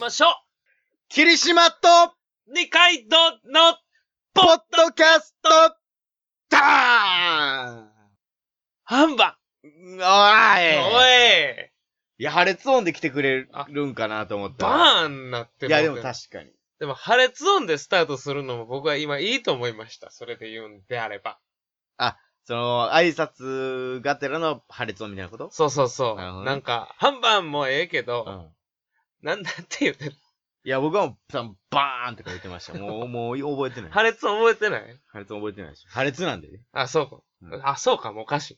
ましょう霧島と、二階堂のポッドキャスト、ダ半番ーンおおいいいや、破裂音で来てくれるんかなと思ったら。バーンなっていもうや、てでも確かに。でも破裂音でスタートするのも僕は今いいと思いました。それで言うんであれば。その、挨拶がてらの破裂音みたいなことそうそうそう。なるほなどんか、半番もええけど、うん。なんだって言ってる。いや、僕はもう、さバーンとか言ってました。もう、 もう、覚えてない。破裂音覚えてない破裂音覚えてないでしょ。破裂なんでね。あ、そうか。うんあ、そうかもおかし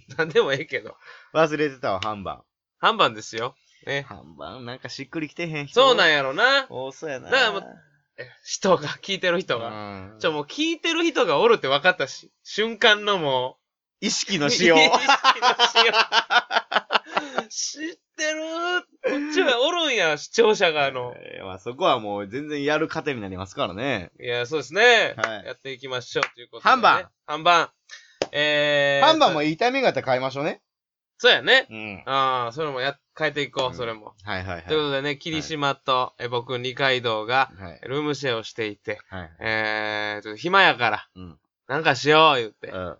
い。 なんでもええけど。忘れてたわ、半番。半番ですよ。ね。半番、なんかしっくりきてへん人。そうなんや。やろな。多そうやな。だからもうえ人が、聞いてる人が。うんちょ、もう聞いてる人がおるって分かったし、瞬間のも意識う。の使用。意識の使用知ってるこっちはおるんや、視聴者があの。 えーまあそこはもう全然やる糧になりますからね。いや、そうですね。はいやっていきましょうということで、ね。半番。半番。えー。ハンバーもいい。痛み方変えましょうね。そうやね。うん。ああ、それもや、変えていこう、それも。はいはいはい。ということでね、霧島と、え僕、二階堂が、はい。ルームシェアをしていて、はい。えー、ちょっと暇やから、うん。なんかしよう、言ってう、ん。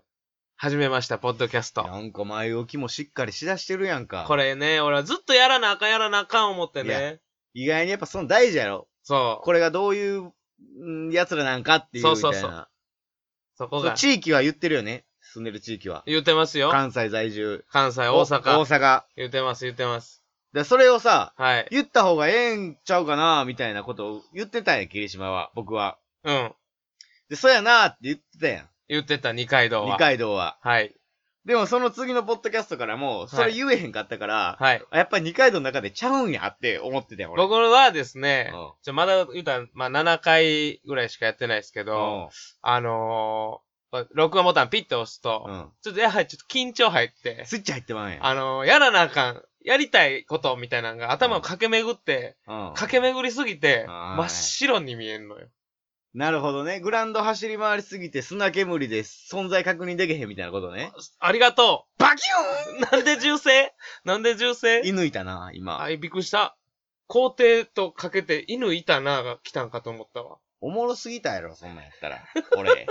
始めました、ポッドキャスト。なんか前置きもしっかりしだしてるやんか。これね、俺はずっとやらなあかんやらなあかん思っていやね。意外にやっぱその大事やろ。そう。これがどういう、ん奴らなんかっていうそみうたいな。そうそうそこそうが。地域は言ってるよね。住んでる地域は。言ってますよ。関西在住。関西、大大阪。阪。言ってます、言ってます。で、それをさ、はい。言った方がええんちゃうかな、みたいなことを言ってたんや、霧島は。僕は。うん。で、そうやなーって言ってたやん。言ってた、二階堂は。二階堂は。はい。でもその次のポッドキャストからも、それ言えへんかったから、はい。あやっぱり二階堂の中でちゃうんやって思ってたよ、俺。僕はですねうん、ちょまだ言うたら、まあ、7回ぐらいしかやってないですけど、の、あのー、録画ボタンピッと押すと、うん。ちょっとやはりちょっと緊張入って、スイッチ入ってまうんや。あのー、やらなあかん、やりたいことみたいなのが頭を駆け巡って、うん。駆け巡りすぎて、はい真っ白に見えんのよ。なるほどね。グラウンド走り回りすぎて砂煙で存在確認できへんみたいなことね。ありがとバキうなんで銃声 なんで銃声ューン射抜いたな、今。あい、びっくりした。皇帝とかけて、犬いたなが来たんかと思ったわ。おもろすぎたやろ、そんなんやったら。俺。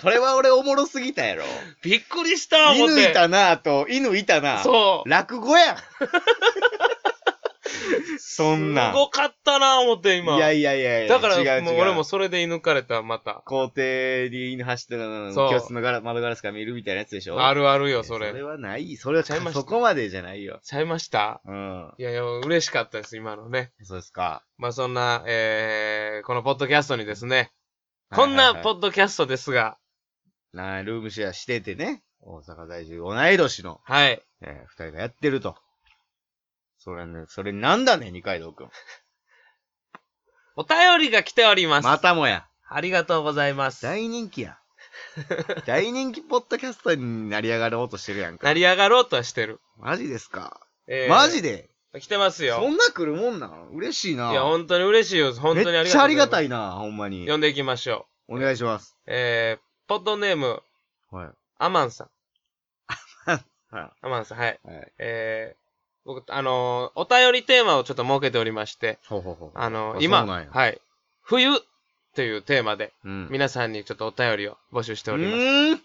それは俺おもろすぎたやろ。びっくりした思って。犬いたなと、犬いたな。そう。落 語やん。そんなん。すごかったな思って今。いやいやいやいや。だから、違う違うもう俺もそれで射抜かれた、また。校庭に犬走ってたの、そう教室のガラ窓ガラスから見るみたいなやつでしょあるるあるよ、そそれれ。はない。それはちゃいましたそこまでじゃないよ。ちゃいましたうん。いやいや、嬉しかったです、今のね。そうですか。まあそんな、えー、このポッドキャストにですね、こんはいなはいポはいッドキャストですが、なルームシェアしててね。大阪在住、同い年の、はい。えー二人がやってると。それね、それなんだね、二階堂くん。お便りが来ております。またもや。ありがとうございます。大人気や。 大人気ポッドキャストになり上がろうとしてるやんか。成り上がろうとはしてる。マジですか。えーマジで来てますよそ。んな来るもんなの嬉しいな。いや、本当に嬉しいよ。本当にありがとうございまめっす。ちゃありがたいな、ほんまに。読んでいきましょお願いしますう。。えー、ポッドネーム、はい。アマンさん。はアマンさん、はい。い。はい。えー、僕、あのーお便りテーマをちょっと設けておりまして、ほうほうほう。あのーあ今、そうなんやはい。冬というテーマで、うん。皆さんにちょっとお便りを募集しております。うーん。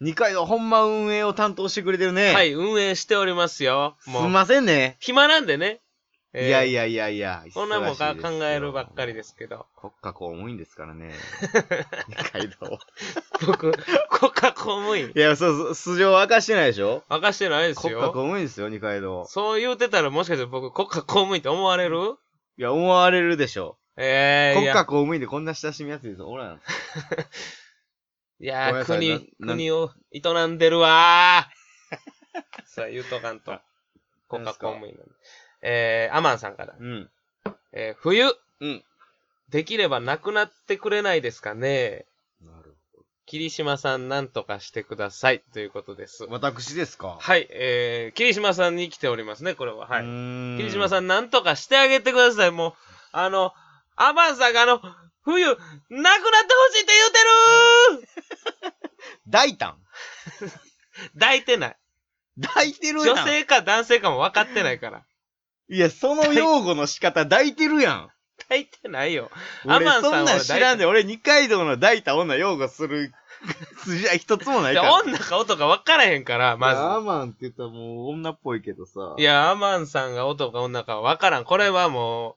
二階堂ほんま運営を担当してくれてるね。はい、運営しておりますよ。すもんう、ませんね。暇なんでね。えーいやいやいやいや。こんなもんか忙しいです考よえるばっかりで。すけど。国家公務員で すからね。二階堂。僕、国家公務員い。や、そうそう、素性を明かしてないでしょ明かしてないです国家公よ。務員ですよ、二階堂。そう言うてたらもしかして僕、国家公務員って思われるいや、思われるでしょ。ええー、い国や家公務員でこんな親しみやすいです。おらん。いごめんやー、なさい国、ななん国を営んでるわー。 さあ、言うとかんと。国家公務員なんで。えー、アマンさんから。うん。えー、冬、うん。できればなくなってくれないですかね。なるほ霧島さん、なんとかしてください。ということです。私ですかはい、えー、霧島さんに来ておりますね、これは。はい。霧霧島さん。ん、なんとかしてあげてください。もう、あの、アマンさんがあの、冬、なくなってほしいって言うて大胆るー抱いてない。抱いてるやん。女性か男性かも分かってないから。いや、その用語の仕方抱いてるやん。抱いてないよ。ア俺マンさんそんなん知らんで、俺二階堂の抱いた女擁護する筋合い一つもないでから。女か男か分からへんから、いやアまマンって言ったらもう女っぽいけどさ。ず。いや、アマンさんが男か女か分からん。これはもう、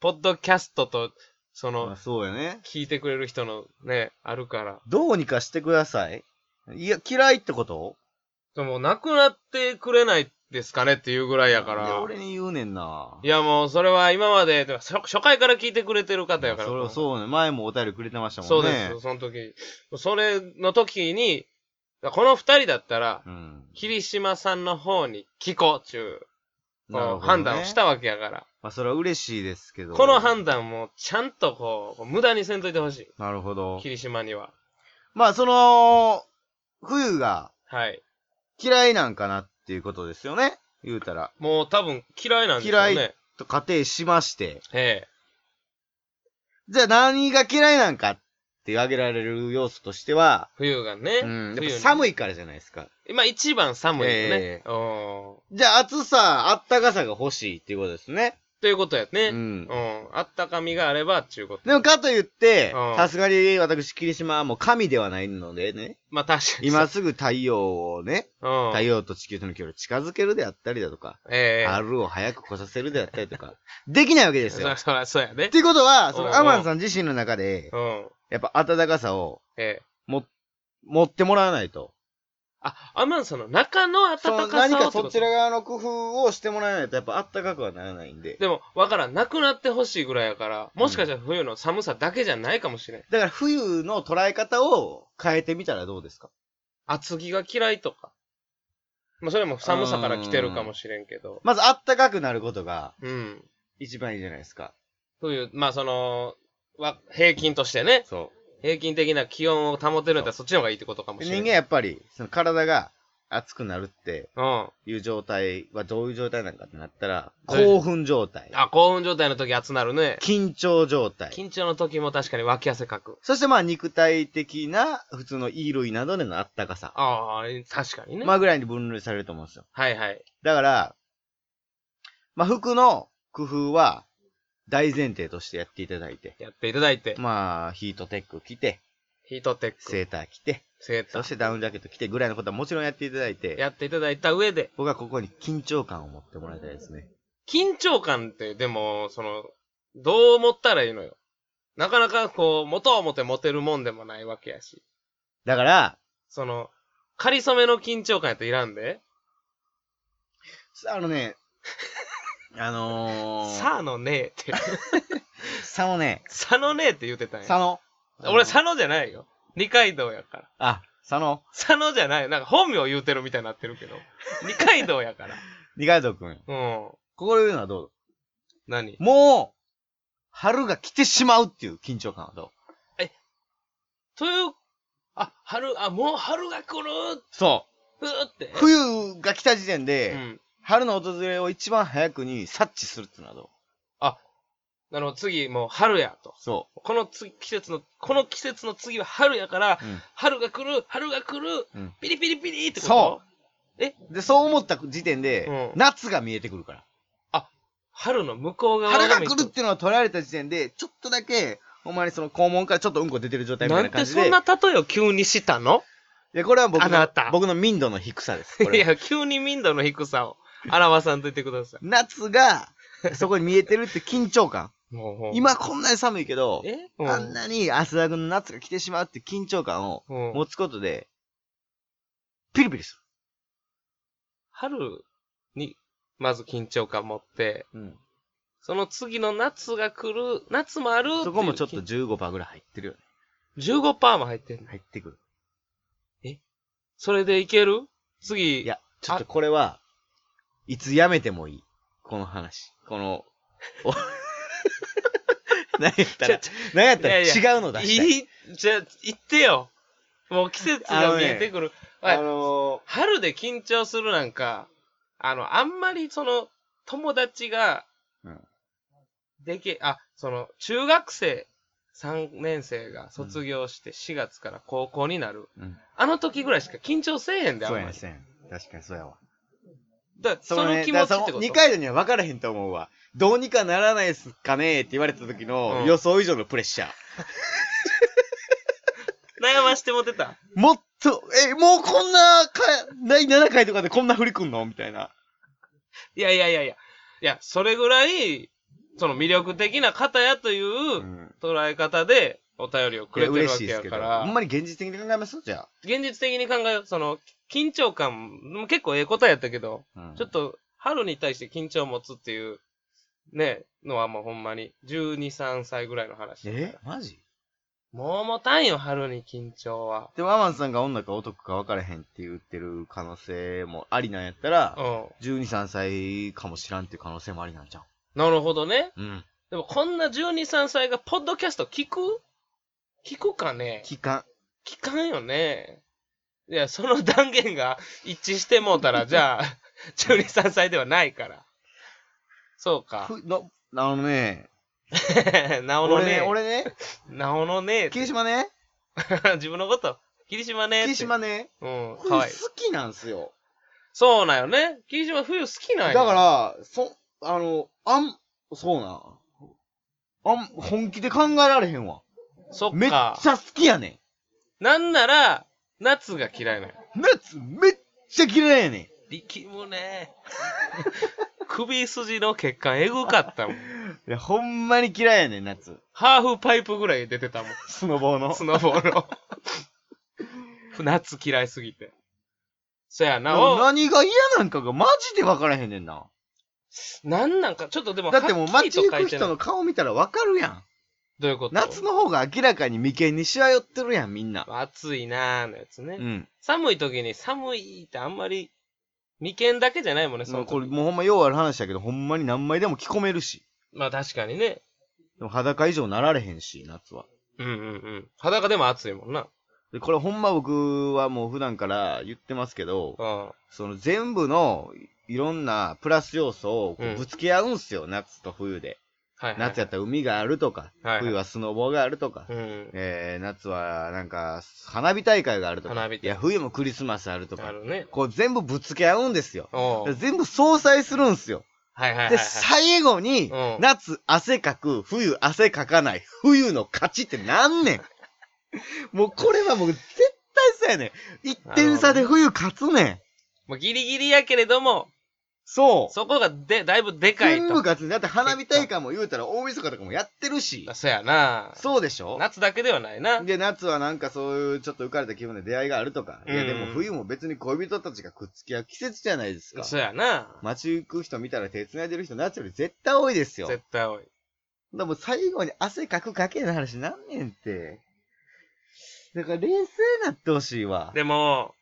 ポッドキャストと、そまあの、そうやね。聞いてくれる人のね、あるから。どうにかしてください。いや、嫌いってことでも、なくなってくれないですかねっていうぐらいやかなんでら。俺に言うねんな。いや、もう、それは今まで、でも初初回から聞いてくれてる方やから。それそうね。前もお便りくれてましたもんね。そうです、その時。それの時に、この二人だったら、うん。霧島さんの方に聞こうっちゅう、なるこほどうね判断をしたわけやから。まあそれは嬉しいですけど。この判断もちゃんとこう、無駄にせんといてほしい。なるほど。霧島には。まあその、冬がはい。嫌いなんかなっていうことですよね。言うたら。もう多分嫌いなんでしょうね。嫌い。と仮定しまして。ええ。じゃあ何が嫌いなんかって挙げられる要素としては、冬がね。うん、や冬っぱに寒いからじゃないですか。今一番寒いよねえ。おおじゃあ暑さ、あったかさが欲しいっていうことですね。ー。ということやね。ううん。ん。あったかみがあれば、ちゅうこと。でもかといってうん、さすがに私、霧島はもう神ではないのでね、まあ確かに。今、すぐ太陽をね、うん。太陽と地球との距離を近づけるであったりだとか、ええ。春を早く来させるであったりとか、 できないわけですそよら。そらそうやねっ。ていうことは、そうんうのんアマンさん自身の中で、うん。やっぱ暖かさをええ。持ってもらわないと。あ、アマンさんの中のその暖か何さをかってこそとちら側の工夫をしてもらわないと、やっぱ暖かくはならないんで。でも、わからん。なくなってほしいぐらいやから、もしかしたら冬の寒さだけじゃないかもしれん。だから冬の捉え方を変えてみたらどうですか厚着が嫌いとか。まあ、それも寒さから来てるかもしれんけど。まず暖かくなることがうん。一番いいじゃないですか。冬、まあ、その、わ平均としてね、そ平均的な気温を保てるんだったらそっちの方がいいってことかもし人れん。間やっぱり、その体が熱くなるってうん。いう状態はどういう状態なのかってなったら、そうです興奮状態、あ、興奮状態の時熱なるね。緊張状態、緊張の時も確かに脇汗かく。そしてまあ肉体的な普通の衣類などでの暖かさ、ああ、確かにね。まあぐらいに分類されると思うんですよ。はいはい。だから、まあ服の工夫は大前提としてやっていただいて、やっていただいて。まあヒートテック着て、ヒートテック、セーター着て、セータそー。してダウンジャケット着てぐらいのことはもちろんやっていただいて、やっていただいた上で、僕はここに緊張感を持ってもらいたいですね。緊張感って、でも、その、どう持ったらいいのよ。なかなかこう、持とう思って持てるもんでもないわけやし。だから、その、仮初めの緊張感やったらいらんで。あのね、あのー、さのねえって。 佐野ね、さのねえって言ってたん佐や。野。俺、佐野じゃないよ。二階堂やから。あ、佐野、佐野じゃない。なんか本名言うてるみたいになってるけど。二階堂や から。二階堂くうん、ん。ここで言うのはどう何もう、春が来てしまうっていう緊張感はどうという、あ、春、あ、もう春が来るそふーってう。。冬が来た時点で、うん。春の訪れを一番早くに察知するっていうのはどうなるほど、次、もう春やと。そこの次、季節の、この季節の次は春やから、う。う春が来る、春が来る、うんピリピリピリってことそう。で、そう思った時点で、うん夏が見えてくるから。春の向こう側腹が見来るっていうのは取られた時点で、ちょっとだけ、お前にその肛門からちょっとうんこ出てる状態みなたいんな感てじそで。んな例えを急にしたので、これは僕あなのた、僕の民度の低さです。こいれはや、急に民度の低さを表さんといてくださ夏が、そこに見えてるって緊張感。い。もうほう、今こんなに寒いけど、えあんなに汗だくの夏が来てしまうって緊張感をうん持つことで、ピリピリす春に、まず緊張感持って、る。その次の夏が来る、夏もあるっていうそこもちょっと15%ぐらい入ってるよね。 15%も入ってんの。入ってくる。それでいける次。いや、ちょっとこれは、いつやめてもいい。この話。この、お何やったらちょ、何やったらいやい違うの出したい。いいじゃあ、言ってよ。もう季節が見えてくる。はいの春で緊張するなんか、あの、あんまりその、友達がうん、でけ、あ、その、中学生3年生が卒業して4月から高校になる。ー、うんあの時ぐらいしか緊張せえへんで、あんそうまやねり。そうやね確かにそうやわ。だその気持ちだってからこそとの二回のには分からへんと思うわ。どうにかならないっすかねって言われた時の予想以上のプレッシャー。悩ましてもてた。もっと、え、もうこんなか、第7回とかでこんな振りくんのみたいな。いやいやいやいや。いや、それぐらい、その魅力的な方やという捉え方でお便りをくいやれてる嬉わしけいでやすけかど。らほん。まに現実的に考えますじゃあ。現実的に考えよう。その、緊張感、結構ええ答えやったけど、ちょっと、春に対して緊張を持つっていう、ね、のはもうほんまに、12、3歳ぐらいの話。えマジもう持たんよ、春に緊張は。でもアマンさんが女か男か分からへんって言ってる可能性もありなんやったらう、ん。 12、3歳かもしらんっていう可能性もありなんじゃん。なるほどね。うん。でもこんな12、3歳がポッドキャスト聞く聞くかね期間。聞かんよね。いや、その断言が一致してもうた ら、じゃあ、12、3歳ではないから。そうか。ふの、あのね、 なおの俺ねね、、俺ね、なおのねえって、 霧島ね、自分のこと、霧島ねえって。霧島ね、うん、こかれわ好いい。きなんすよ。そうなんよね。霧島冬好きなんだや。から、そ、あの、あん、そうなん。あん、本気で考えられへんわ。そめっっちゃか。好きやねなんなら、夏が嫌いなんよ。ん。夏めっちゃ嫌いやね力む ね。首筋の血管えぐかったもん。ん。いや、ほんまに嫌いやねん、夏。ハーフパイプぐらい出てたもん。スノボーのスノボーの。夏嫌いすぎて。そやな、お何が嫌なんかがマジで分からへんねんな。なんなんか、ちょっとでも、だってもうはっきりと街行書くいてな人いの顔見たら分かるやん。どういうこと夏の方が明らかに眉間にしわ寄ってるやん、みんな。暑いなーのやつね。うん。寒い時に寒いってあんまり、眉間だけじゃないもんね、そものうこれ時。もうほんまようある話やけど、ほんまに何枚でも着込めるし。まあ確かにね。でも裸以上なられへんし、夏は。うんうんうん。裸でも暑いもんな。で、これほんま僕はもう普段から言ってますけど、うん。その全部のいろんなプラス要素をこうんうぶつけ合うんすよ、夏と冬で。はい、はい。夏やったら海があるとか、はいはい冬はスノボがあるとか、うん。えー、夏はなんか花火大会があるとか、花火大会いや冬もクリスマスあるとあか、るね。こう全部ぶつけ合うんですよ。おう全部相殺するんすよ。はいはいはい、はい。で、最後にうん、夏汗かく、冬汗かかない、冬の勝ちってな んねん。もうこれはもう絶対そうやねん。1点差で冬勝つねん。もうギリギリやけれども、そう。そこがで、だいぶでかい全部と。勝つねん。だって花火大会も言うたら大晦日とかもやってるし。そうやな。そうでしょ夏だけではないな。 で、夏はなんかそういうちょっと浮かれた気分で出会いがあるとか。いや、でもうん冬も別に恋人たちがくっつき合う季節じゃないですか。そうやな。街行く人見たら手繋いでる人夏より絶対多いですよ。絶対多い。でも最後に汗かくかけの話なんねんって。だから冷静になってほしいわ。でも、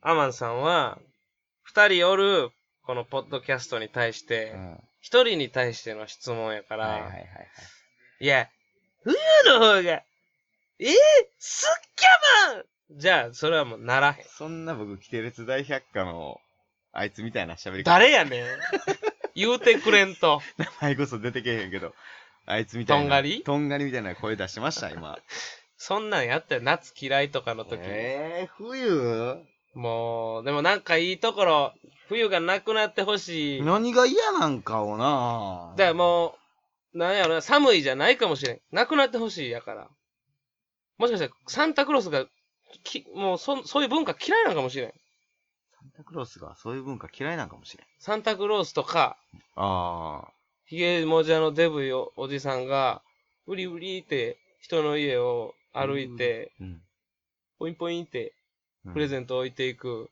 アマンさんは、二人おる、このポッドキャストに対しうて、ん。一人に対しての質問やから、はいはいいはい。や、冬の方が、えー、すっきゃまんじゃあ、それはもうならへん。そんな僕、キテレツ大百科の、あいつみたいな喋り方。誰やねん言うてくれんと。名前こそ出てけへんけど。あいつみたいな。とんがりとんがりみたいな声出しまし た、今。そんなんやったよ。夏嫌いとかの時。えー、冬もう、でもなんかいいところ、冬がなくなってほしい。だか何が嫌なんかをならもう、なんやろな、寒いじゃないかもしれん。なくなってほしいやから。もしかしたら、サンタクロースが、き、もう、そ、そういう文化嫌いなんかもしれん。サンタクロースがそういう文化嫌いなんかもしれん。サンタクロースとか、あヒゲもじゃのデブいおおじさんが、ウリウリって人の家を歩いて、ー。うん。ポインポインってプレゼント置いていく。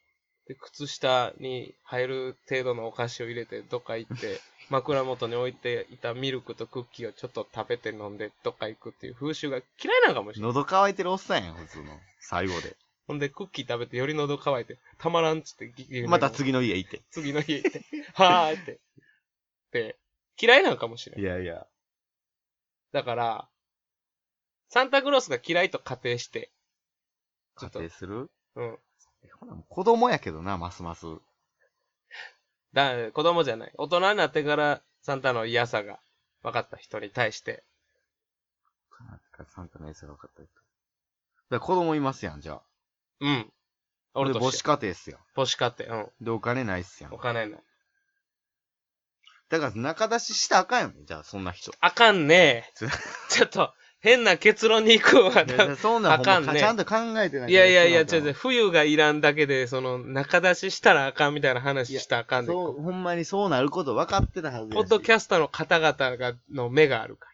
で、靴下に入る程度のお菓子を入れて、どっか行って、 枕元に置いていたミルクとクッキーをちょっと食べて飲んで、どっか行くっていう風習が嫌いなのかもしれない。喉乾いてるおっさんやん、普通の。最 後で。ほんで、クッキー食べて、より喉乾いて、たまらんっつってギリギリ、また次の家行って。次の家行って、 はーいって。で、嫌いなのかもしれない。いやいや。だから、サンタクロースが嫌いと仮定して、ちょ家っと庭、するうん。えほなもう子供やけどな、ますます。だ、子供じゃない。大人になってから、サンタの嫌さが分かった人に対して、サンタのやつが分かったりと。だから子供いますやん、じゃあ。うん。俺俺、と母し子て。家庭っすよ。母子家庭。うん。で、お金ないっすやんお。金ない。だから、仲出ししたらあかんよね。じゃあ、そんな人。あかん ねつちょっと、変な結論に行くわ。いやいやそんなんほんあかんまねかちゃんと考えてないいやいやいや、ち違う違う、冬がいらんだけで、その、仲出ししたらあかんみたいな話したらあかんねん。そう、ほんまにそうなること分かってたはずやしポッドキャスターの方々が、の目があるから。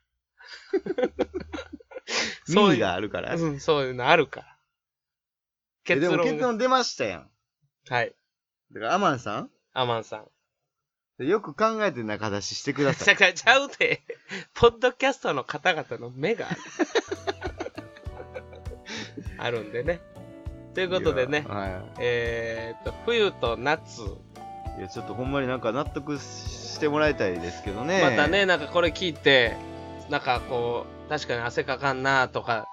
そうい耳うがあるから。うえん、そういうのあるから。結で論もが。結論出ましたやん。はい。だから、アマンさアマンさん。ん、よく考えて仲出ししてくだち さい。ゃちゃうて、ポッドキャスターの方々の目 がある。あるんでね。ということでねいや、はえーっと、冬と夏、い。いや、ちょっとほんまになんか納得してもらいたいですけどね。またね、なんかこれ聞いて、なんかこう、確かに汗かかんなとか、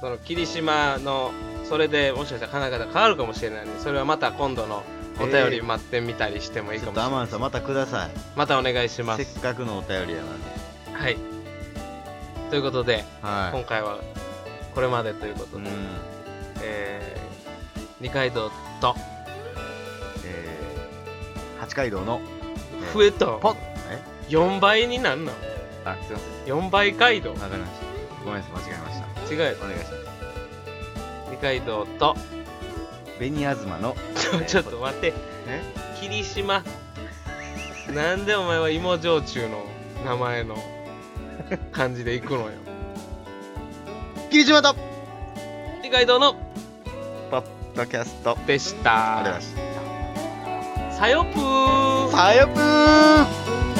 その霧島の、それでもしかしたら考え方変わるかもしれないので、それはまた今度のお便り待ってみたりしてもいいちかょもしれっとなアい。マンさんまたください。またお願いしませっす。かくのお便りやなんで。はい。ということで、は今回はこれまでということい。うで、ん。えー、二階堂とえー、八街道の、増えたポッえ4倍になんのあ、すいませ ?4 倍街道ん。わかりました。ごめんなさい、間違えまし違た。うよお願いしま二階堂とす。ベニアズマの、ちょちょっと待ってえ霧島なんでお前は芋焼酎の名前の感じで行くのよ霧島と二階堂のポッドキャスト。でしありがとうたございましさよぷーた。さよぷーん